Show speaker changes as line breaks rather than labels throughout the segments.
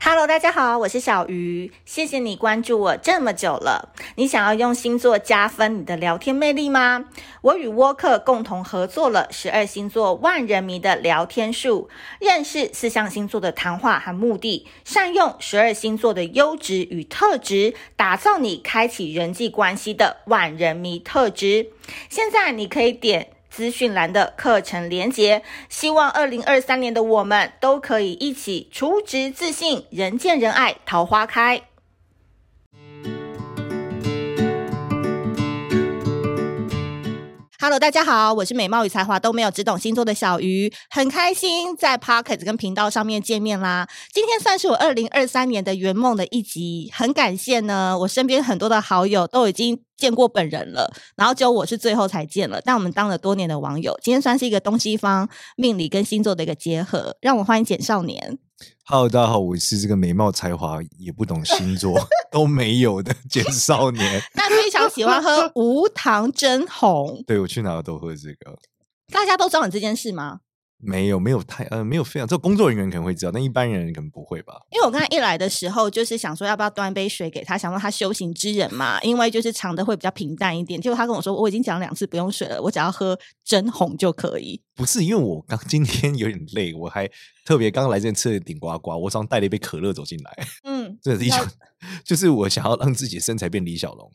Hello，大家好，我是小鱼，谢谢你关注我这么久了。你想要用星座加分你的聊天魅力吗？我与沃克共同合作了十二星座万人迷的聊天术，认识四象星座的谈话和目的，善用十二星座的优质与特质，打造你开启人际关系的万人迷特质。现在你可以点。资讯栏的课程连结。希望二零二三年的我们都可以一起除职自信，人见人爱，桃花开。Hello，大家好，我是美貌与才华都没有，只懂星座的小鱼，很开心在 Pocket 跟频道上面见面啦。今天算是我二零二三年的圆梦的一集，很感谢呢，我身边很多的好友都已经见过本人了，然后只有我是最后才见了，但我们当了多年的网友，今天算是一个东西方命理跟星座的一个结合，让我欢迎简少年。
Hello，大家好，我是这个美貌才华也不懂星座都没有的 简少年。
那非常喜欢喝无糖真红，
对我去哪都喝这个，
大家都知道你这件事吗？
没有没有太呃没有非常，这工作人员可能会知道，但一般人可能不会吧。
因为我刚才一来的时候，就是想说要不要端杯水给他，想说他修行之人嘛，因为就是尝的会比较平淡一点。结果他跟我说，我已经讲两次不用水了，我只要喝真红就可以。
不是因为我刚今天有点累，我还特别刚来这吃了顶呱呱，我早上带了一杯可乐走进来，
嗯，
真的是一种， 就是我想要让自己的身材变李小龙。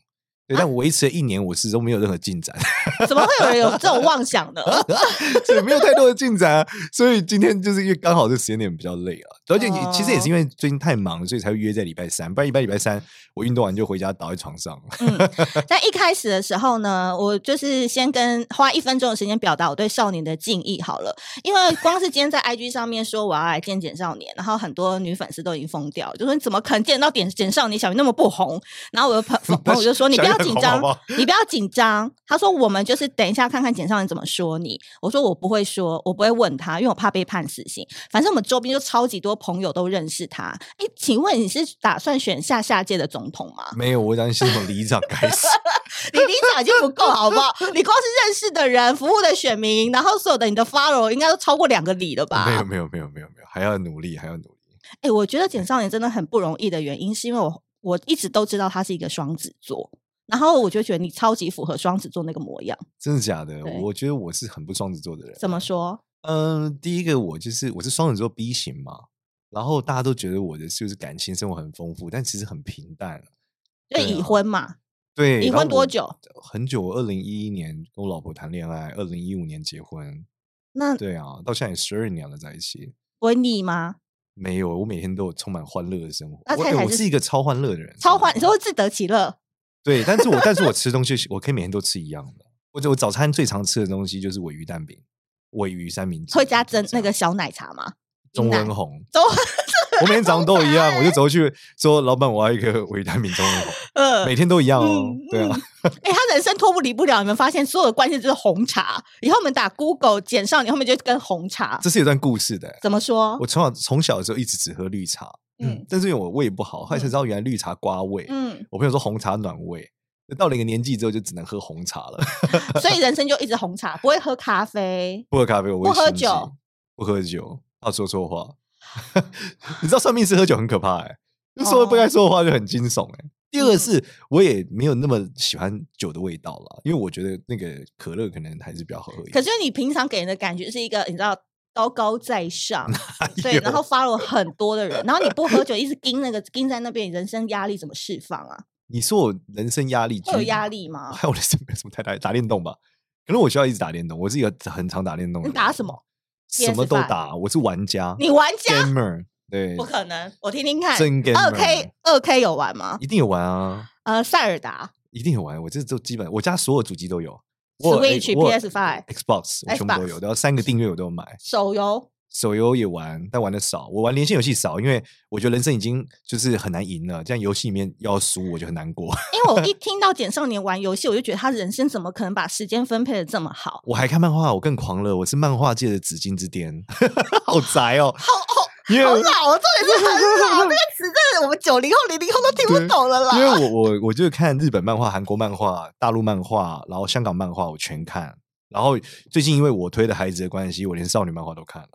对，但维持了一年，我始终没有任何进展，
嗯怎么会有人有这种妄想呢？
所以没有太多的进展啊。所以今天就是因为刚好这时间点比较累啊，而且也其实也是
哦
因为最近太忙了，所以才会约在礼拜三。不然一般礼拜三我运动完就回家倒在床上。
在一开始的时候呢，我就是先跟花一分钟的时间表达我对少年的敬意好了，因为光是今天在 IG 上面说我要来见简少年，然后很多女粉丝都已经疯掉了，就说你怎么可能见到简简少年小鱼那么不红？然后我的 朋朋友就说你不要紧
小鱼
张
很红好不好，
你不要紧张。他说我们就是等一下看看简少年怎么说你。我说我不会说，我不会问他，因为我怕被判死刑。反正我们周边就超级多朋友都认识他。哎，请问你是打算选下下届的总统吗？
没有，我想先从里长开始。
你理想已经不够，好不好？你光是认识的人、服务的选民，然后所有的你的 follow 应该都超过两个里了吧？
没有，没有，没有，没有，没有，还要努力，还要努力。
哎、我觉得简少年真的很不容易的原因，是因为我我一直都知道他是一个双子座，然后我就觉得你超级符合双子座那个模样。
真的假的
对？
我觉得我是很不双子座的人。
怎么？说？
嗯、第一个我就是我是双子座 B 型嘛，然后大家都觉得我的就是感情生活很丰富，但其实很平淡。
就
对啊
已婚嘛？
对，
已
然后
婚多
我
久？
很久，二零一一年跟我老婆谈恋爱，二零一五年结婚。
那
对啊，到现在也十二年了，在一起。
我你吗？
没有，我每天都有充满欢乐的生活。
那
我
太
哎
太
我
是
是一个超欢乐的人，
超
真的
欢，你说自得其乐，
对，但是我但是我吃东西，我可以每天都吃一样的。或者我早餐最常吃的东西就是尾鱼蛋饼、尾鱼三明治，
会加
就
真
这
那
样
个小奶茶吗？
中
奶
文哦红。
都
我每天早上都一样，我就走去说：“老板，我要一个尾鱼蛋饼中文 红。”
呃，
每天都一样哦
嗯，
对啊，
哎、他人生脱不离不了。你们发现所有的关键就是红茶。以后我们打 Google 减少你后面就跟红茶。
这是有段故事的。
怎么说
我？从小从小的时候一直只喝绿茶，
嗯
嗯，但是因为我胃不好，后来才知道原来绿茶刮胃。
嗯，
我朋友说红茶暖胃，到了一个年纪之后就只能喝红茶了，
所以人生就一直红茶，不会喝咖啡。
不喝咖啡，我
不
会
喝
心悸
酒，
不喝酒，怕说错话。 你知道算命师喝酒很可怕哎、就说
哦
不该说的话就很惊悚哎、第
嗯
二个是我也没有那么喜欢酒的味道啦，因为我觉得那个可乐可能还是比较好喝一点。
可是你平常给人的感觉是一个你知道高高在上，对，然后 follow 很多的人，然后你不喝酒，一直盯那个盯在那边，你人生压力怎么释放啊？
你说我人生压力
会有
居
压力吗？
还有人生没有什么太大打电动吧？可能我需要一直打电动，我是一个很常打电动的
你
人。
打什么？
什么都
PS5
打，我是玩家
你玩家
gamer，对
不，可能，我听听看。
真 gamer，
二 K 二 K 有玩吗？
一定有玩啊，
呃，塞尔达、
一定有玩。我这都基本，我家所有主机都有，我有
Switch
我有
PS5
Xbox，我全部都
Xbox
有，然后三个订阅我都有买。
手游，
手游也玩，但玩的少。我玩连线游戏少，因为我觉得人生已经就是很难赢了，这样游戏里面要输我就很难过。
因为我一听到简少年玩游戏，我就觉得他人生怎么可能把时间分配的这么好？
我还看漫画，我更狂了，我是漫画界的紫金之巅， 好宅哦，
好好
因为
好老，哦重点是很老，这个词真的我们九零后、零零后都听不懂了啦。
因为我我我就是看日本漫画、韩国漫画、大陆漫画，然后香港漫画我全看。然后最近因为我推的孩子的关系，我连少女漫画都看了。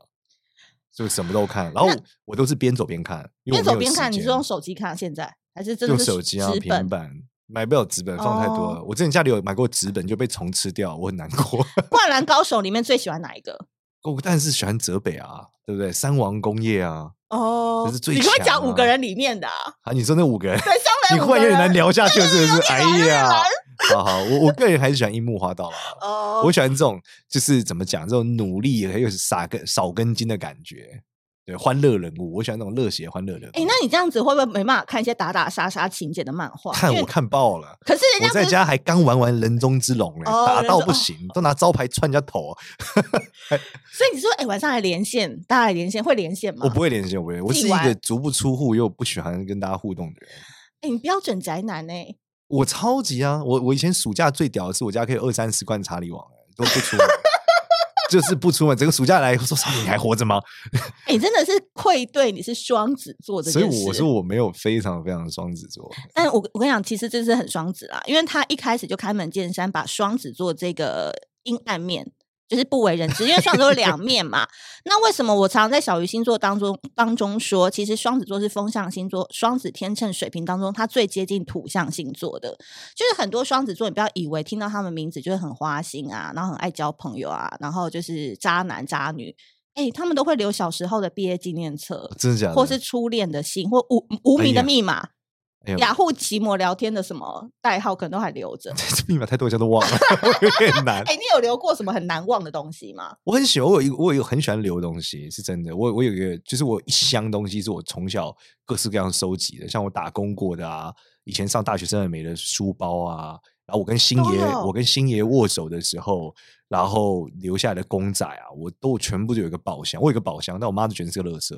就什么都看。然后
那
我都是边走边看，因
边
为我没
走
有
边
时
看，你是
间
用手机看现在还是真的
用
是
手机啊
纸
平
本？哦
板。买不了纸本，放太多了。我之前家里有买过纸本，就被虫吃掉，我很难过。
灌篮高手里面最喜欢哪一个？
我但是喜欢泽北啊，对不对？三王工业啊，
哦
这是最
你跟我
强
讲五个
啊
人里面的啊，
啊，你说那五个人，
对，上来
你
五
忽
个
然有
人
点难聊下去了， 是不是？哎
有点
呀
难，
好好，我我个人还是喜欢樱木花道啦。
哦。
我喜欢这种，就是怎么讲，这种努力还有傻根少根筋的感觉，对，欢乐人物，我喜欢那种热血欢乐人物。
哎、那你这样子会不会没办法看一些打打杀杀情节的漫画？
看
因为
我，看爆了，
可是人
我
家
在
不是
家还刚玩完人中之龙呢，
哦
打
人
到
中
不
哦
行，都拿招牌串人家头。
所以你说，哎、晚上还连线，大家来连线会连线吗？
我不会连线，我不会，我
嗯自
是
己
一个
玩
足不出户又不喜欢跟大家互动的人。
哎、你标准宅男呢、欸
我超级啊！我我以前暑假最屌的是我家可以二三十罐查理王、哎都不出门，就是不出门。整个暑假来说，你还活着吗？
哎、真的是愧对你是双子座这
所
件
以
事。
我说我没有非常非常双子座，
但我我跟你讲，其实这是很双子啦，因为他一开始就开门见山，把双子座这个阴暗面。就是不为人知，因为双子座有两面嘛。那为什么我常常在小鱼星座当中当中说，其实双子座是风象星座，双子、天秤、水瓶当中，它最接近土象星座的。就是很多双子座，你不要以为听到他们名字就是很花心啊，然后很爱交朋友啊，然后就是渣男渣女。哎、他们都会留小时候的毕业纪念册，
真的假的？
或是初恋的信，或无无名
哎呀
的密码。
哎呦，。
雅虎奇摩聊天的什么代号，可能都还留着
这密码太多，我现在都忘了， 我有点难。
哎、你有留过什么很难忘的东西吗？
我很喜欢，我有一个我有一个很喜欢留东西，是真的。我我有一个，就是我有一箱东西是我从小各式各样收集的，像我打工过的啊，以前上大学生的美的书包啊，然后我跟星
都
爷，
有
我跟星爷握手的时候，然后留下来的公仔啊，我都全部都有一个宝箱，我有一个宝箱，但我妈就觉得是个垃圾。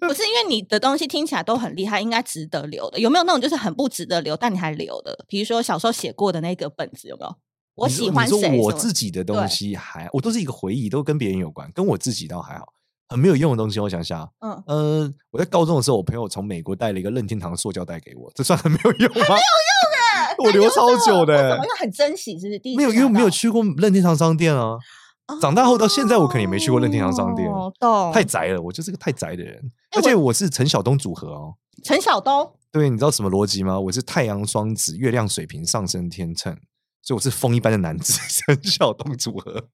不是因为你的东西听起来都很厉害，应该值得留的。有没有那种就是很不值得留，但你还留的？比如说小时候写过的那个本子，有没有？我
你说
喜欢
你说
谁？
我
什么
自己的东
对
西还，我都是一个回忆，都跟别人有关，跟我自己倒还好。很没有用的东西，我想想啊，
嗯，
呃，我在高中的时候，我朋友从美国带了一个任天堂塑胶袋给我，这算很没有用吗？ 我留超久的
哦
欸
怎么又很珍惜？是不是？第一
没有，
次
因为我
拿
没有
到
去过任天堂商店啊，长大后到现在我可能也没去过任天堂商店
哦懂？
太宅了，我就是个太宅的人，
哎
而且我是陈晓东组合哦。
陈晓东
对，你知道什么逻辑吗？我是太阳双子，月亮水瓶，上升天秤，所以我是风一般的男子， 陈晓东组合，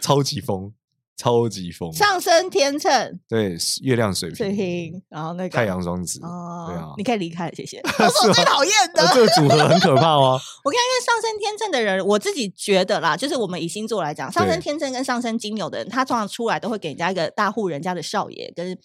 超级疯，超级疯。
上升天秤
对，月亮水
水
瓶，
瓶，然后那个
太阳双子，
哦，
对啊
你可以离开了，谢 谢。都是 我最讨厌的
那。这个组合很可怕哦吗？
我跟你讲，因为上升天秤的人，我自己觉得啦，就是我们以星座来讲，上升
对
天秤跟上升金牛的人，他通常出来都会给人家一个大户人家的少爷跟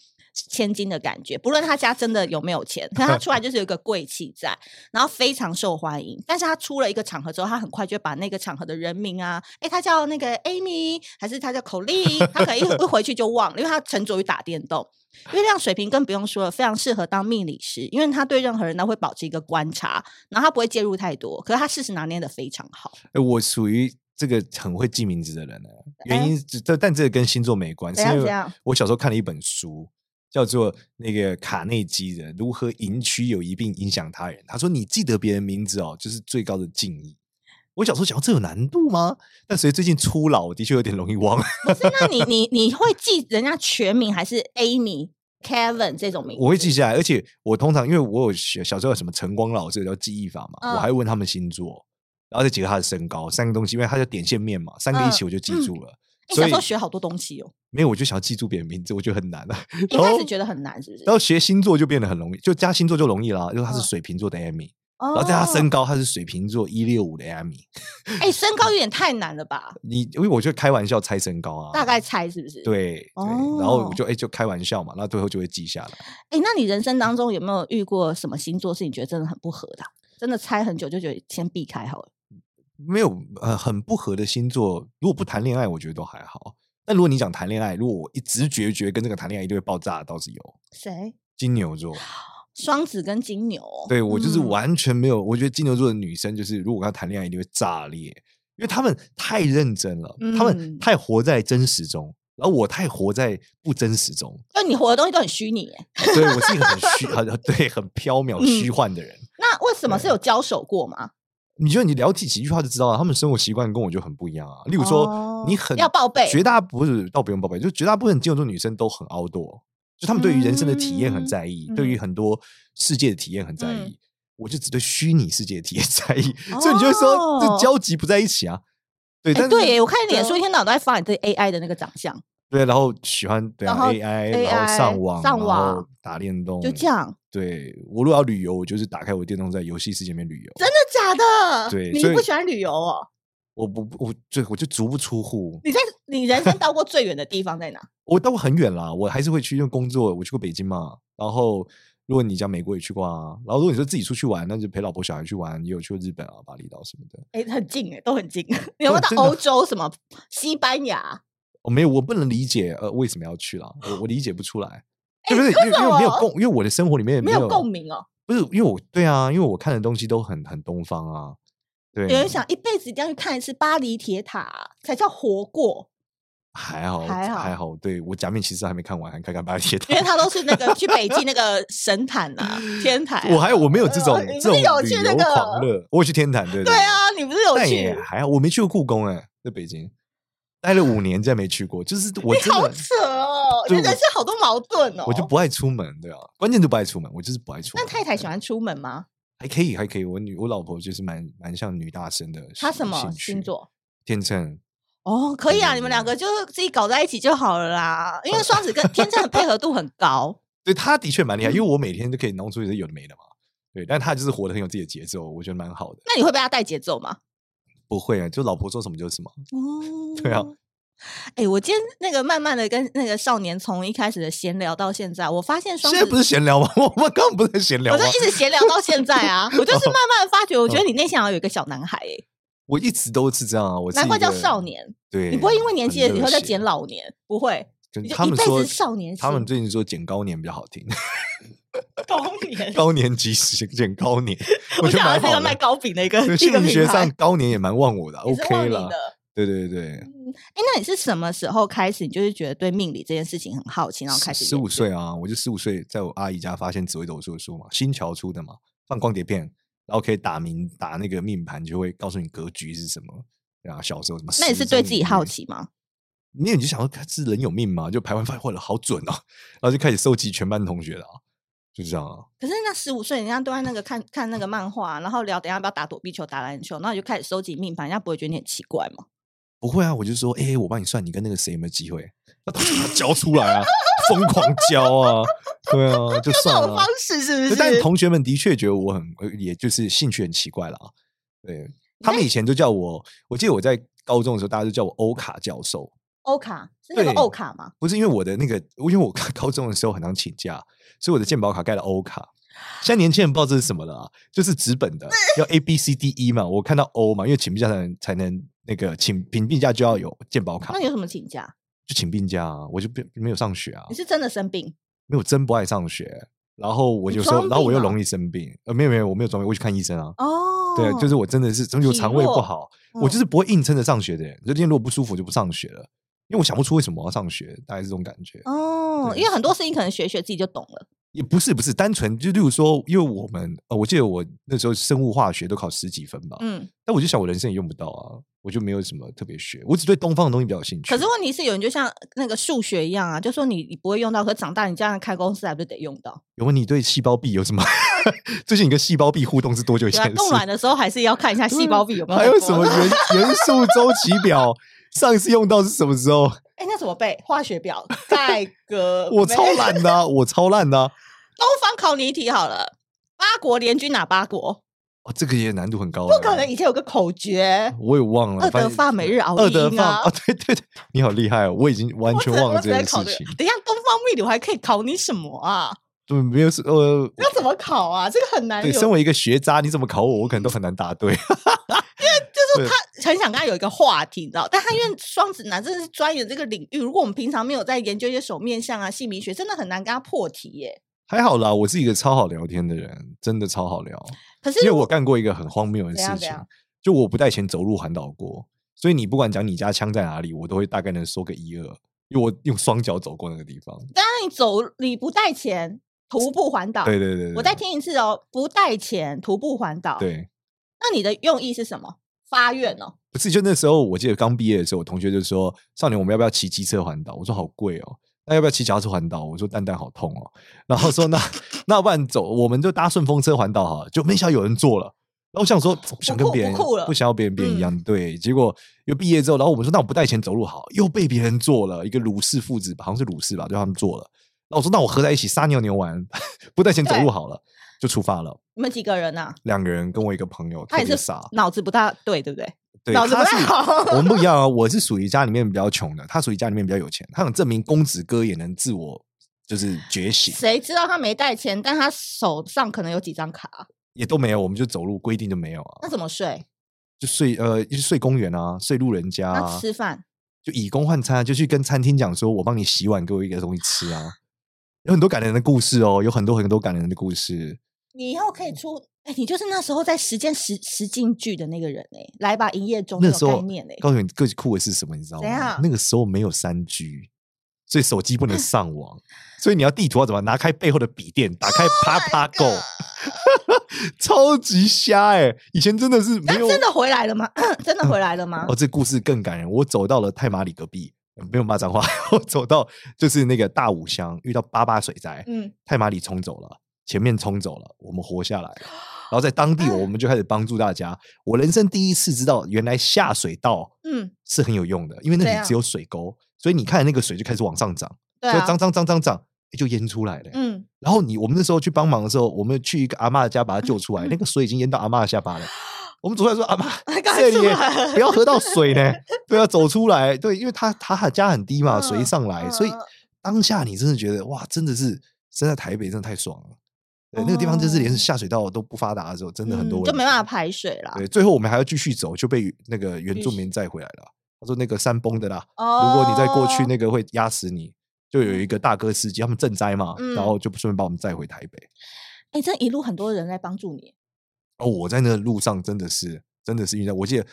千金的感觉，不论他家真的有没有钱，可是他出来就是有一个贵气在，然后非常受欢迎。但是他出了一个场合之后，他很快就把那个场合的人名啊，诶，他叫那个 Amy 还是他叫 Colin，他可能一一回去就忘了，因为他沉着于打电动。月亮水平更不用说了，非常适合当命理师，因为他对任何人都会保持一个观察，然后他不会介入太多，可是他事实拿捏的非常好。
哎，我属于这个很会记名字的人呢、啊原
哎
因只但但这个跟星座没关，是
怎样
因为
怎样
我小时候看了一本书，叫做那个卡内基的《如何赢取友谊并影响他人》。他说，你记得别人名字哦，就是最高的敬意。我小时候想，这有难度吗？但随着最近初老，我的确有点容易忘。
不是，那你你你会记人家全名还是 Amy、Kevin 这种名字？
我会记下来，而且我通常因为我有学小时候有什么晨光老师有叫记忆法嘛，
嗯
我还问他们星座，然后再结合他的身高，三个东西，因为他叫点线面嘛，三个一
嗯
起我就记住了。
诶。小
所以
时候学好多东西哦，
没有，我就想要记住别人名字，我觉得很难啊。
一
然后
开始觉得很难，是不是
然？后学星座就变得很容易，就加星座就容易啦，因为他是
嗯哦
水瓶座的 Amy，、
然
然后在他身高他是水瓶座一六五的 Amy，
哎、身高有点太难了吧？
你因为我就开玩笑猜身高啊，
大概猜是不是？。
对对，
哦
然后我就哎、就开玩笑嘛，那最后就会记下来。
哎、那你人生当中有没有遇过什么星座是你觉得真的很不合的啊、真的猜很久就觉得先避开好了。
没有呃很不合的星座，如果不谈恋爱，我觉得都还好。但如果你讲谈恋爱，如果我一直觉觉得跟这个谈恋爱一定会爆炸，倒是有
谁？
金牛座。
双子跟金牛哦。
对我就是
嗯
完全没有，我觉得金牛座的女生就是，如果跟她谈恋爱一定会炸裂，因为她们太认真了，她们
嗯
太活在真实中，然后我太活在不真实中，
嗯就你活的东西都很虚拟耶。
所以我 是一个很虚、很对、很缥缈、
嗯
虚幻的人。
那为什么是
对
有交手过吗？
你觉得你聊几几句话就知道了，他们生活习惯跟我就很不一样啊。例如说，
哦
你很
要报备
绝大不是倒不用报备，就绝大部分金牛座女生都很 outdoor，就他们对于人生的体验很在意，
嗯
对于很多世界的体验很在意。
嗯
我就只对虚拟世界的体验在意，所以你就会说这
哦
交集不在一起啊。对，但
哎
是
对耶，我看
对啊
脸书一天到晚都在发你的 AI 的那个长相，
对，然后喜欢对啊
然后
AI，然后
AI
上网，
上
然后
网
打电动，
就这。样，
对我如果要旅游，我就是打开我的电动，在游戏世界里面旅游。
真的假的？
对
你
所以
不喜欢旅游哦？
我不我就我就足不出户，
你在你人生到过最远的地方在哪？
我到很远啦，我还是会去，因为工作我去过北京嘛。然后如果你讲美国也去过啊，然后如果你说自己出去玩，那就陪老婆小孩去玩，也有去过日本啊、巴厘岛什么的。
哎，很近哎，都很近。 你有没有到
哦真的
欧洲什么西班牙？
我、哦没有，我不能理解呃为什么要去啦，我我理解不出来。
哎
对不对？因为
为什
因为没有
么
共，因为我的生活里面
没
有啊
有共鸣哦。
不是因为我对啊，因为我看的东西都很很东方啊。对，
有人想一辈子一定要去看一次巴黎铁塔，才叫活过，
还好
还好
还好，对我假面骑士还没看完，还看看巴黎铁塔
因为。他都是那个去北京那个神坛啊、天台啊。
我还有我没有这种
呃你
这
不
种
是有
旅
去那
游
个
狂热，我有去天坛，对对
对啊，你不是有
但
去
也？还好，我没去过故宫哎、在北京待了五年，再没去过，就是我真
好
的
扯哦，
对
你人
我
生好多矛盾哦。
我就不爱出门，对啊，关键就不爱出门，我就是不爱出
那
门。
太太喜欢出门吗？
还可以，还可以，我女我老婆就是蛮蛮像女大生的，
她什么星？座？
天秤，
哦，可以啊，
对
你们两个就是自己搞在一起就好了啦。因为双子跟天秤的配合度很高，
对她的确蛮厉害，因为
嗯
我每天都可以弄出一些有的没的嘛。对，但她就是活得很有自己的节奏，我觉得蛮好的。
那你会被他带节奏 吗？
不会啊，就老婆说什么就是什么。
哦，
对啊。
哎、我今天那个慢慢的跟那个少年从一开始的闲聊到现在，我发现双
现
子
在不是闲聊吗？ 我们刚刚不是在闲聊
我
吗哦
就？一直闲聊到现在啊，我就是慢慢地发觉，我觉得你内心好像有一个小男孩、欸，
我一直都是这样啊，我是
难怪
一个
叫少。年。
对，
你不会因为年纪
很
以后再
热血
捡老年，不 会，
可是
你就
他
一
们
辈
说
子少年
他们
心
最近说剪高年比较好听，
高年。
高年级时剪 高年，我觉得
想要
蛮
是一
好
个卖
的。
高饼 的一个
对
一
心
个
理学
品牌
上，高年也蛮忘我的啊
也是
，OK
旺你
啦。
的。
对对对，
哎，那你是什么时候开始，你就是觉得对命理这件事情很好奇，然后开始
十
研
五
究
岁啊，我就十五岁，在我阿姨家发现紫微斗数的书嘛，新潮出的嘛，放光碟片，然后可以打名打那个命盘，就会告诉你格局是什么。对啊，小时候什么？
那你是对自己好？奇吗？
你你就想说，看是人有命嘛？就排完饭，或者好准哦，然后就开始收集全班同学了啊，就这样啊。
可是那十五岁，人家都在那个看看那个漫画，啊然后聊等一下要不要打躲避球、打篮球，然后你就开始收集命盘，人家不会觉得你很奇怪吗？
不会啊，我就说，哎、我帮你算，你跟那个谁有没有机会？那当然交出来啊，疯狂交啊，对啊，就
这
算
种
了、
方式是不
对但
是？
同学们的确觉得我很，呃也就是兴趣很奇怪了啊。对他们以前就叫我，我记得我在高中的时候，大家都叫我欧卡教授，
欧卡是那个
对
欧卡吗？
不是因为我的那个，因为我高 高中的时候很常请假，所以我的健保卡盖了欧卡。现在年轻人不知道这是什么了、啊，就是纸本的，要 A B C D E 嘛，我看到 O 嘛，因为请病假才能才能那个请请病假就要有健保卡
那。你有什么请假？
就请病假啊，我就没没有上学啊
你，是真的生病？
因为我真不爱上学。然后我
你
就
装
说，然后我
病
又
啊
容易生病，呃，没有没有，我没有装病，我去看医生啊。
哦，
对，就是我真的是，就
体
肠胃不
弱嗯
好，我就是不会硬撑着上学的人。就今天如果不舒服，我就不上学了，因为我想不出为什么我要上学，大概是这种感觉。
哦，
对
因为很多事情可能学一学自己就懂了。
也不是不是，单纯就例如说，因为我们呃，我记得我那时候生物化学都考十几分吧，
嗯，
但我就想我人生也用不到啊，我就没有什么特别学，我只对东方的东西比较有兴趣。
可是问题是，有人就像那个数学一样啊，就说你你不会用到，可长大你将来开公司还不是得用到？
有问你对细胞壁有什么？ 最近你跟细胞壁互动是多久以
对
前
啊，
的事？
冻卵的时候还是要看一下细胞壁有没有。
还有什么？元元素周期表？上一次用到是什么时 候？
哎，那怎么背？化学 表、盖格，
我
没
超烂的 啊、我超烂的啊、
东方考你一题好了，八国联军哪八国？
哦，这个也难度很高、啊
不可能，，以前有个口诀，
我也忘了。
二
反
德
正
发每日熬
二德
夜
发
啊
啊，对对对，你好厉害、哦，我已经完
我
全
只
忘
我
了
只
这件
能考
事
这个
情。
等一下，东方命理我还可以考你什么啊？
对，没有是呃，
要怎么考啊？这个很难
对，
有。
身为一个学渣，你怎么考我，我可能都很难答对。
就是他很想跟他有一个话题，你知道？但他因为双子男真的是钻研这个领域，如果我们平常没有在研究一些手面相啊、姓名学，真的很难跟他破题耶。
还好啦，我是一个超好聊天的人，真的超好聊。
可
因
是
为我干过一个很荒谬的
怎样
事
怎
情
样，
就我不带钱走路环岛过，所以你不管讲你家枪在哪里，我都会大概能说个一二，因为我用双脚走过那个地方。
当你走你不带钱徒步环岛，
对对对对，
我再听一次哦，不带钱徒步环岛。
对，
那你的用意是什么？发愿哦，
不是，就那时候我记得刚毕业的时候，我同学就说：“少年，我们要不要骑机车环岛？”我说：“好贵哦。”那要不要骑脚踏车环岛？我说：“蛋蛋好痛哦。”然 后说：“那那不然走，我们就搭顺风车环岛好了。”就没想到有人做了。然后我想说，不想跟
酷
别
不
人
酷了嗯
想要别人变一样，对。结果又毕业之后，然后我们说：“那我不带钱走路好。”又被别人做了一个鲁氏父子吧，好像是鲁氏吧，就他们做了。那我说：“那我合在一起撒尿牛丸， 不带钱走路好了。”就出发了，
你们几个人呐、
两个人跟我一个朋友，
他
特
也
别
是
傻，
脑子不大对，对不对？
对，
脑子不
他
太
是
好
我们不一样啊，我是属于家里面比较穷的，他属于家里面比较有钱。他想证明公子哥也能自我就是觉醒，
谁知道他没带钱，但他手上可能有几张卡啊、
也都没有，我们就走路规定就没有啊
那，怎么睡？
就睡呃就睡公园啊，睡路人家、
那
啊，
吃饭？
就以工换餐啊，就去跟餐厅讲说，我帮你洗碗，给我一个东西吃啊。有很多感人的故事哦，有很多很多感人的故事。
你以后可以
嗯
出，哎、你就是那时候在实践实实境剧的那个人哎、来吧，营业中
那
这
时
种概
候
念哎、
告诉你最酷的是什么，你知道
怎样
吗？那个时候没有三 G，所以手机 不能上网，所以你要地图要怎么拿开背后的笔电，打开
Oh
啪啪 Go，超级瞎哎、以前真的是没
但
有
啊真的回来了吗？ 真的回来了吗
哦，？这故事更感人。我走到了太马里隔壁，呃没有骂脏话， 我走到就是那个大武乡，遇到八八水灾，
嗯，
太马里冲走了，前面冲走了，我们活下来了。然后在当
啊
地，我们就开始帮助大家。我人生第一次知道，原来下水道
嗯，
是很有用的，因为那
对啊
里只有水沟，所以你看那个水就开始往上涨，
对
所以
啊
涨，涨涨涨涨，诶就淹出来了。
嗯，
然后你我们那时候去帮忙的时候，我们去一个阿嬷的家把她救出来，
嗯
那个水已经淹到阿嬷的下巴了。我们走出来说：“ 阿嬷，
赶
这
出
里
来
不要喝到水呢。”对啊，走出来，对，因为她她家很低嘛，
嗯
水一上来，所以
嗯
当下你真的觉得哇，真的是生在台北真的太爽了。对，那个地方就是连
哦
下水道都不发达的时候，真的很多
嗯
问
就
题
没办法排水啦。
对，最后我们还要继续走，就被那个原
继
住
续
民载回来了。他说那个山崩的啦，
哦，
如果你再过去，那个会压死你。就有一个大哥司机，他们赈灾嘛，
嗯
然后就顺便把我们载回台北。
哎、这一路很多人来帮助你，
哦，我在那个路上真的是真的是遇到，我记得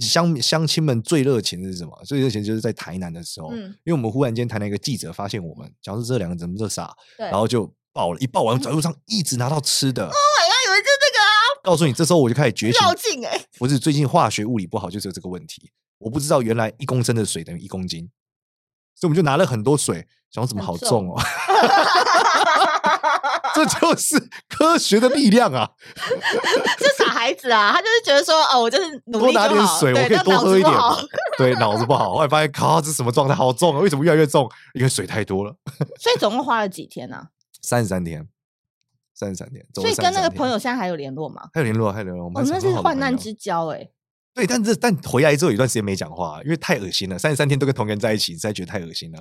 乡乡亲们最热情的是什么？最热情就是在台南的时候，
嗯，
因为我们忽然间台南一个记者发现我们，讲说这两个人怎么这傻，
对。
然后就爆了，一爆完走在路上一直拿到吃的，
我刚以为就是
告诉你，这时候我就开始觉
这
醒
个啊，绕境哎、
不是最近化学物理不好，就是有这个问题。我不知道原来一公升的水等于一公斤，所以我们就拿了很多水，想说怎么
很
好
重
重哦， 这就是科学的力量啊！
这傻孩子啊，他就是觉得说，哦，我就是 努
多
力就
拿
好，
点水，我
对
可以
但
多
脑子
喝一
不
点
好
嘛。对，脑子不好，后来发现，靠，这什么状态？好重啊！为什么越来越重？因为水太多了。
所以总共花了几天啊？
三十三天，三十三天，走
所
了
以跟那
33
个
天
朋友现在还有联络吗？
还有联络，还有联络，我们
哦，
还
那
很
是
好的
患
朋
难
友
之交哎、
对，但这但回来之后有一段时间没讲话，啊因为太恶心了。三十三天都跟同一个人在一起，实在觉得太恶心了。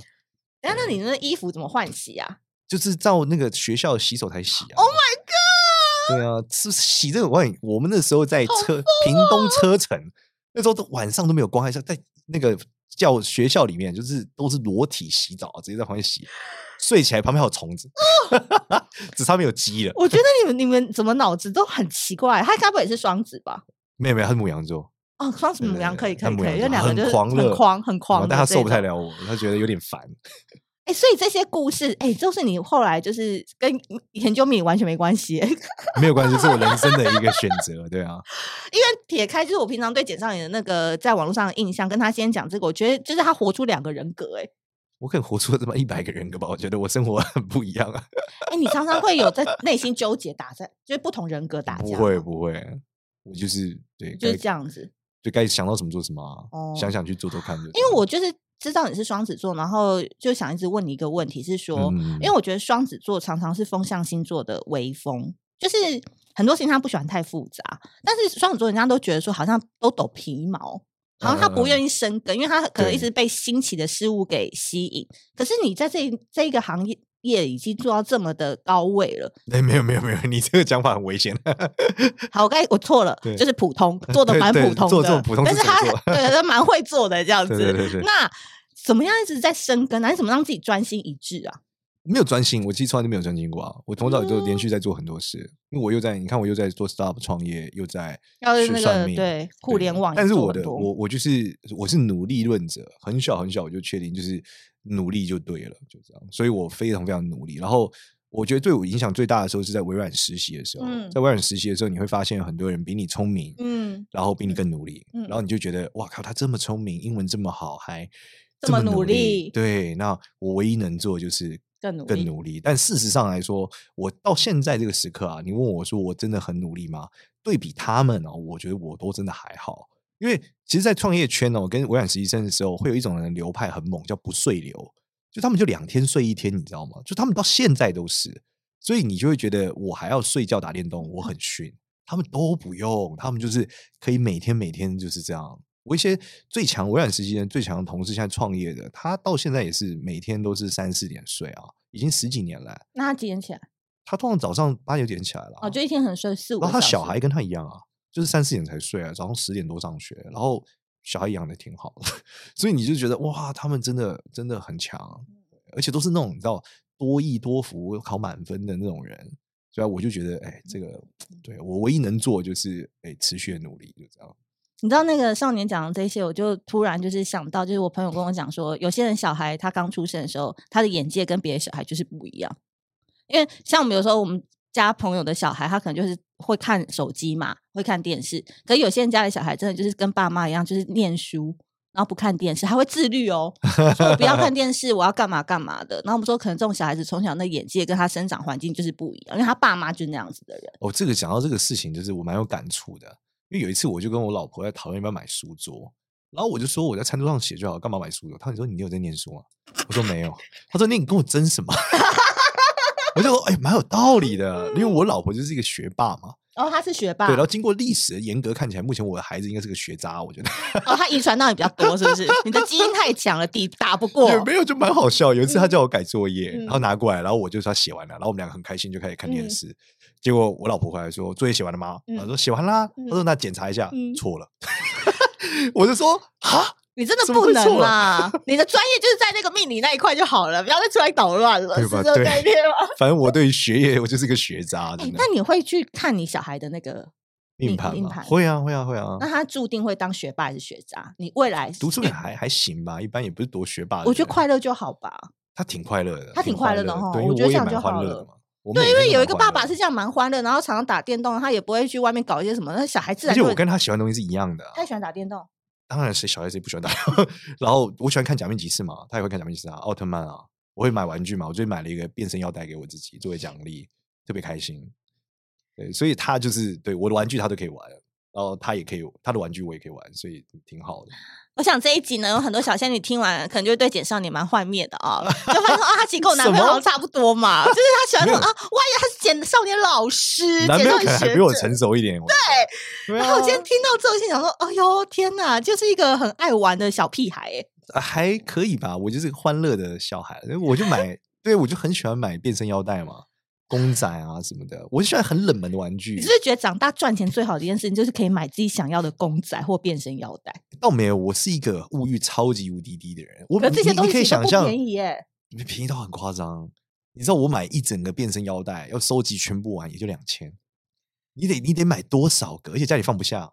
等哎一下，
嗯
那你那衣服怎么换洗啊？
就是照那个学校的洗手台洗啊。Oh my god！对啊，是洗这个我很我们那时候在车、屏
哦
东车城，那时候都晚上都没有光害下，在那个教学校里面，就是都是裸体洗澡，啊直接在旁边洗，睡起来旁边还有虫子， 只差没有鸡了。
我觉得你们你们怎么脑子都很奇怪？他该不会也是双子吧？
没有没有，他是母羊座，
哦，双子
对啊
母
对
羊
对
可以可
他
以
母
可
羊
以，就
座
两个
很
就是
狂
很
热
狂很狂
然
热
后
这种，
但他受不太了我，他觉得有点烦。
哎、所以这些故事，哎、就是你后来就是跟研究米完全没关系、哎
没有关系，这是我人生的一个选择，对啊。
因为撇开就是我平常对简少年的那个在网络上的印象，跟他先讲这个，我觉得就是他活出两个人格、哎
我可能活出了这么一百个人格吧，我觉得我生活很不一 样啊。
哎，你常常会有在 内心纠结打在，就是不同人格打
不
架，
会，不会，我就是对，
啊就是
该
这样子。
就该想到什么做什么啊、想想去做做看就对了。
哦因为我就是知道你是双子座，然后就想一直问你一个问题，是说，
嗯
因为我觉得双子座常常是风象星座的微风，就是很多事情他不喜欢太复杂，但是双子座人家都觉得说好像都抖皮毛。好像他不
嗯嗯嗯
愿意生根，因为他可能一
对
直被新奇的事物给吸引。可是你在这一这一个行业业已经做到这么的高位了，
哎，没有没有没有，你这个讲法很危险。
好，我该我错了，
对
就是普通，做的
对
蛮
对
普通的，
做这种普通
但
是
是
怎么
他
做
对他蛮会做的这样子。
对对对对
那怎么样一直在生根啊？你怎么让自己专心一致啊？
没有专心，我其实从来都没有专心过啊。我从早就连
哦
续在做很多事，因为我又在你看我又在做 stop 创业，又在
要是
学
那
算
个
命
哦对互联网也
但是
做
我
很
的
多
我我就是我是努力论者，很小很小我就确定就是努力就对了，就这样，所以我非常非常努力。然后我觉得对我影响最大的时候是在微软实习的时候，
嗯
在微软实习的时候，你会发现很多人比你聪明，
嗯，
然后比你更努力，
嗯
然后你就觉得哇靠，他这么聪明，英文这么好，还
这么努
努
力
对，那我唯一能做的就是
更努力
更努力。但事实上来说，我到现在这个时刻啊，你问我说我真的很努力吗？对比他们哦，我觉得我都真的还好。因为其实，在创业圈哦，跟微软实习生的时候，会有一种人流派很猛，叫不睡流，就他们就两天睡一天，你知道吗？就他们到现在都是，所以你就会觉得我还要睡觉打电动，我很逊。他们都不用，他们就是可以每天每天就是这样。我一些最强微软实习生、最强的同事，现在创业的，他到现在也是每天都是三四点睡啊，已经十几年了。
那他几点起来？
他通常早上八九点起来了啊，
哦，就一天很睡四五个
然后他
小
小
时
孩跟他一样啊，就是三四点才睡啊，早上十点多上学，然后小孩养的挺好的， 所以你就觉得哇，他们真的真的很强，而且都是那种你知道多艺多福考满分的那种人，所以我就觉得哎，这个对我唯一能做的就是哎持续的努力，就这样。
你知道那个少年讲的这些，我就突然就是想到，就是我朋友跟我讲说，有些人小孩他刚出生的时候，他的眼界跟别的小孩就是不一样。因为像我们有时候我们家朋友的小孩，他可能就是会看手机嘛，会看电视。可是有些人家的小孩真的就是跟爸妈一样，就是念书，然后不看电视，还会自律哦，说我不要看电视，我要干嘛干嘛的。然后我们说，可能这种小孩子从小那眼界跟他生长环境就是不一样，因为他爸妈就是那样子的人。
哦，这个讲到这个事情，就是我蛮有感触的，因为有一次我就跟我老婆在讨论要不要买书桌，然后我就说我在餐桌上写就好，干嘛买书桌？她说你有在念书吗？我说没有，她说那你跟我争什么？ 我就说哎，蛮有道理的，因为我老婆就是一个学霸嘛，
哦，他是学霸，
对，然后经过历史的严格看起来，目前我的孩子应该是个学渣，我觉得。
哦，他遗传到你比较多，是不 是？你的基因太强了，抵打不过。
也没有，就蛮好笑。有一次他叫我改作业，
嗯
然后拿过来，然后我就说他写完了，然后我们两个很开心就开始看电视。结果我老婆回来说作业写完了吗？
嗯
我说写完啦。
嗯
她说那检查一下
嗯，
错了。 我就说啊，
你真的
怎么
不
会
能
错啊
啦！你的专业就是在那个命理那一块就好了，不要再出来捣乱了，
对
是
吧
这个
对
概念吗？
反正我对于学业我就是个学渣，
哎
真的嗯
那。你会去看你小孩的那个
命盘
命
嘛，
盘？。
会啊，会啊，会啊
那。他注定会当学霸还是学渣？你未来
读书也还还行吧，一般也不是多学霸的人。
我觉得快乐就好吧。
他挺快乐的，
他挺快乐的
哈
哈。
对
我
因为
觉得这
也
样就
蛮欢
好
乐的
了
嘛。我
对，
每
因
天
为
都
有
蛮
一个
欢
爸
乐
爸
的
是这样蛮欢乐，然后常常打电动，他也不会去外面搞一些什么，那小孩自
而
然
且
就
我
会。
跟他喜欢的东西是一样的啊。
他也喜欢打电动，
当然谁小孩子也不喜欢打，然后我喜欢看假面骑士嘛，他也会看假面骑士啊，奥特曼啊，我会买玩具嘛，我最近买了一个变身腰带给我自己作为奖励，特别开心。对，所以他就是对我的玩具他都可以玩，然后他也可以他的玩具我也可以玩，所以挺好的。
我想这一集呢，有很多小仙女听完，可能就会对简少年蛮幻灭的啊、就发现说啊，他其实跟我男朋友好像差不多嘛，就是他喜欢说
没
啊，哇呀，他是简少年老师，
男
简
朋友
少
可能
年
还
学
比我
者。
成熟一点，对。啊
然后我今天听到之后，心想说，哎呦天哪，就是一个很爱玩的小屁孩哎。
啊还可以吧，我就是个欢乐的小孩，我就 买，对我就很喜欢买变身腰带嘛。公仔啊什么的，我就喜欢很冷门的玩具。
你是不是觉得长大赚钱最好的一件事情，就是可以买自己想要的公仔或变身腰带？
倒没有，我是一个物欲超级无敌低的人。我
可这些
你
东
你可以
西都
想
不
象，
便宜耶，
便宜到很夸张。你知道我买一整个变身腰带，要收集全部完也就两千，你得你得买多少个？而且家里放不下。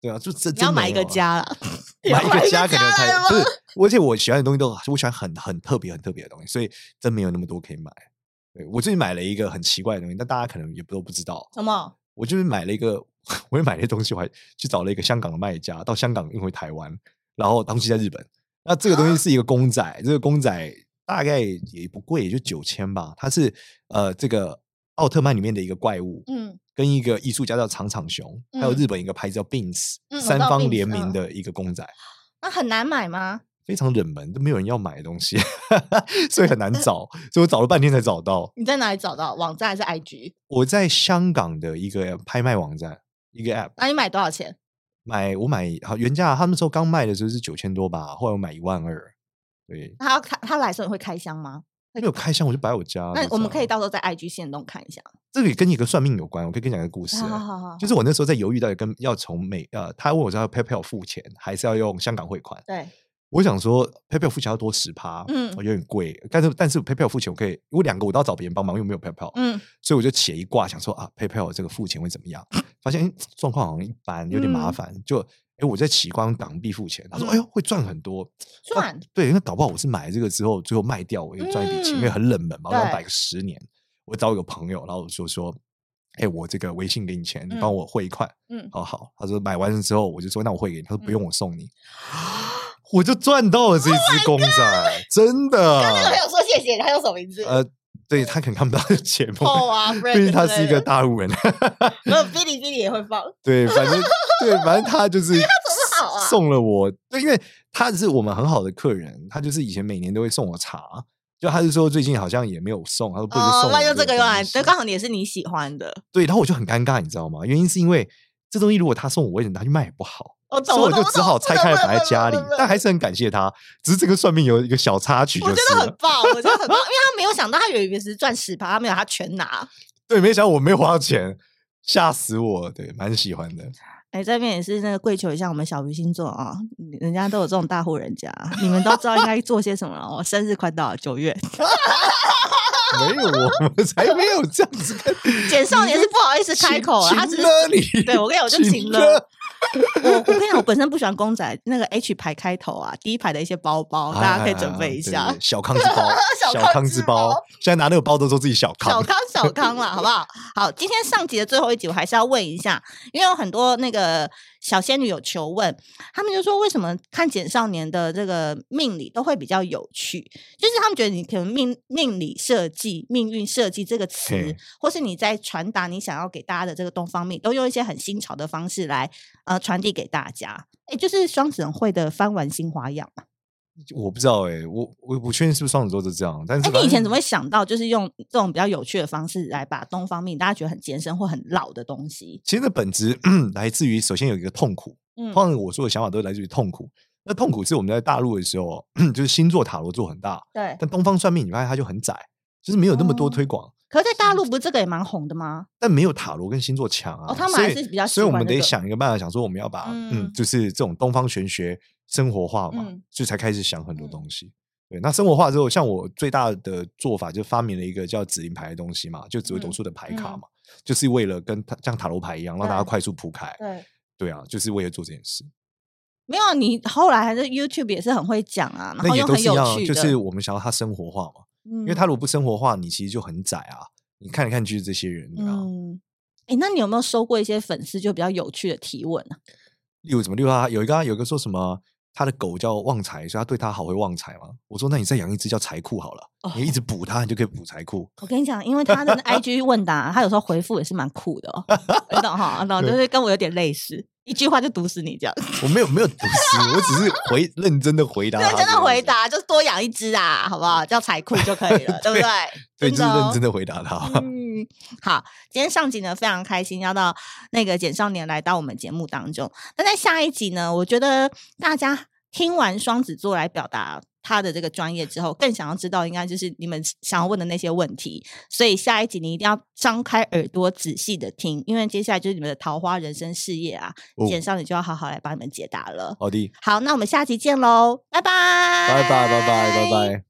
对啊，就这
你要
真没
买一
有
个
啊
家了，你要
买一个
家
家可能
来
才
了
不
吗
是，而且我喜欢的东西都很我喜欢很很特别很特别的东西，所以真没有那么多可以买。对我最近买了一个很奇怪的东西，但大家可能也不都不知道。
什么？
我就是买了一个， 我也买了东西，我还去找了一个香港的卖家，到香港运回台湾，然后东西在日本。那这个
啊
东西是一个公仔，这个公仔大概也不贵，也就九千吧。它是呃这个奥特曼里面的一个怪物，
嗯
跟一个艺术家叫长场雄，还有
嗯
日本一个牌子叫 Bins，、
嗯我知
三
道
方
Beans，
联名
嗯
的一个公仔。
那很难买吗？
非常冷门，都没有人要买的东西， 所以很难找。所以我找了半天才找到。
你在哪里找到？网站还是 IG？
我在香港的一个拍卖网站，一个 app
那、你买多少钱？
买，我买好原价，他们时候刚卖的时候是九千多吧，后来我买一万二。对，
他要开，他来的时候你会开箱吗？
没有开箱我就摆我家。
那
就
我们
这
可以
样
到时候在 IG 线动看一下。
这个也跟一个算命有关，我可以跟你讲一个故事欸。
好好好好，
就是我那时候在犹豫到底跟要从美呃，他问我是要 PayPal 付钱还是要用香港汇款，
对，
我想说 PayPal 付钱要多十趴，
嗯
嗯，有点贵，但是但是 PayPal 付钱我可以，我两个我都要找别人帮忙，因为没有 PayPal，
嗯，
所以我就写一卦，想说啊，PayPal 这个付钱会怎么样？发现诶状况好像一般，有点麻
嗯
烦。就哎，我在奇光港币付钱，他说哎呦会赚很多，那
赚
对，那搞不好我是买这个之后，最后卖掉，我也赚一笔钱，因为
嗯
很冷门嘛，我想
对
摆个十年。我找一个朋友，然后我就说，哎、我这个微信给你钱，你帮
嗯
我汇一块。
嗯，
哦好，他说买完了之后，我就说那我汇给你，他说不
嗯啊！Oh
用，我送你。我就赚到了这只公仔，真
那个朋
的。
友说谢谢，他用什么名字？
呃，对他可能看不到节目，
哦啊，
毕竟他是一个，大陆人。
没有哔哩哔哩呃也会 放，
对，反正对，反正他就是
么好啊
送了我，对，因为他是我们很好的客人，他就是以前每年都会送我茶，就他是说最近好像也没有送，他说不如送
哦，
我
那就这
这
个用来，那
这
刚好也是你喜欢的。
对，然后我就很尴尬，你知道吗？原因是因为这东西如果他送我，我也拿去卖也不好，
我
所
懂，
以
我懂，
我就
我
只
懂
好拆开来
不能
摆在家
不能
里
不能不能，
但还是很感谢他，只是这个算命有一个小插曲，就
我觉
是
得很
了
棒，我觉得很棒，因为他没有想到他有一时赚十趴，他没有，他全拿。
对，没想到我没有花到钱，吓死我，对，蛮喜欢的。
哎，这边也是那个跪求一下我们小鱼星座啊、你人家都有这种大户人家，啊你们都知道应该做些什么了哦。生日快到了，九月，
没有，我们才没有这样子 跟。
简少年是不好意思开口了，啊他只
请
是
了你，
对我跟你讲，我哦就
请
请了。我我跟你讲，我本身不喜欢公仔，那个 H 牌开头啊，第一排的一些包包，哦大家可以准备一
啊
下
对对。小康之包
小，
小
康
康
之
之包
包，
现在拿那个包都说自己小
小
康。
康小康啦，好不好？好，今天上集的最后一集，我还是要问一下，因为有很多那个小仙女有求问，他们就说为什么看简少年的这个命理都会比较有趣，就是他们觉得你可能命命理设计、命运设计这个词
嘿，
或是你在传达你想要给大家的这个东方命，都用一些很新潮的方式来呃传递给大家。哎，就是双子人会的翻玩新花样嘛。
我不知道哎，我我不确定是不是双子座是这样，但是
哎，
反正
你以前怎么会想到就是用这种比较有趣的方式来把东方命大家觉得很艰深或很老的东西？
其实那本质 来自于首先有一个痛苦，
嗯
通常我说的想法都是来自于痛苦。那痛苦是我们在大陆的时候， 就是星座塔罗做很大，
对。
但东方算命你发现它就很窄，就是没有那么多
哦
推广。
可是在大陆不是这个也蛮红的吗？
但没有塔罗跟星座强啊。
哦他们
所
还
以
是比较习
所以我
惯
们
这
得
个
想一个办法，想说我们要把嗯
嗯
就是这种东方玄学生活化嘛，
嗯
所以才开始想很多
嗯
东西。对，那生活化之后，像我最大的做法就发明了一个叫指令牌的东西嘛，就紫微斗
嗯
数的牌卡
嗯
嘛，就是为了跟塔像塔罗牌一样，让大家
对
快速铺开。
对，
对啊，就是为了做这件事。
没有啊你后来还是 YouTube 也是很会讲啊，然
那
后
也
又
都
很
是一
有
样，
趣
就
的，嗯
是我们想要它生活化嘛，
因
因为它如果不生活化，你其实就很窄啊。你看来看去就是这些人，对啊。
嗯，哎、那你有没有收过一些粉丝就比较有趣的提问啊？
例如什么，例如他有一个啊有一个说什么，他的狗叫旺财，所以他对他好会旺财嘛。我说那你再养一只叫财库好了，你一直补它，你就可以补财库。
哦我跟你讲，因为他 的 IG 问答，啊他有时候回复也是蛮酷的哦，你懂哈？你懂，就
对
是跟我有点类似，一句话就毒死你这样。
我没有没 有毒死，我只是回认真的回答
对，
他
真
这
的
个
回
问题，
答就是多养一只啊，好不好？叫财库就可以 了，对不
对
对？
对，就是
哦
认真的回答他。
嗯，好，今天上集呢非常开心，要到那个简少年来到我们节目当中。那在下一集呢，我觉得大家听完双子座来表达他的这个专业之后，更想要知道应该就是你们想要问的那些问题。所以下一集你一定要张开耳朵仔细的听，因为接下来就是你们的桃花、人生、事业啊，
哦
简少年就要好好来帮你们解答了。
好的，
好，那我们下集见喽，拜拜，
拜拜拜拜拜拜。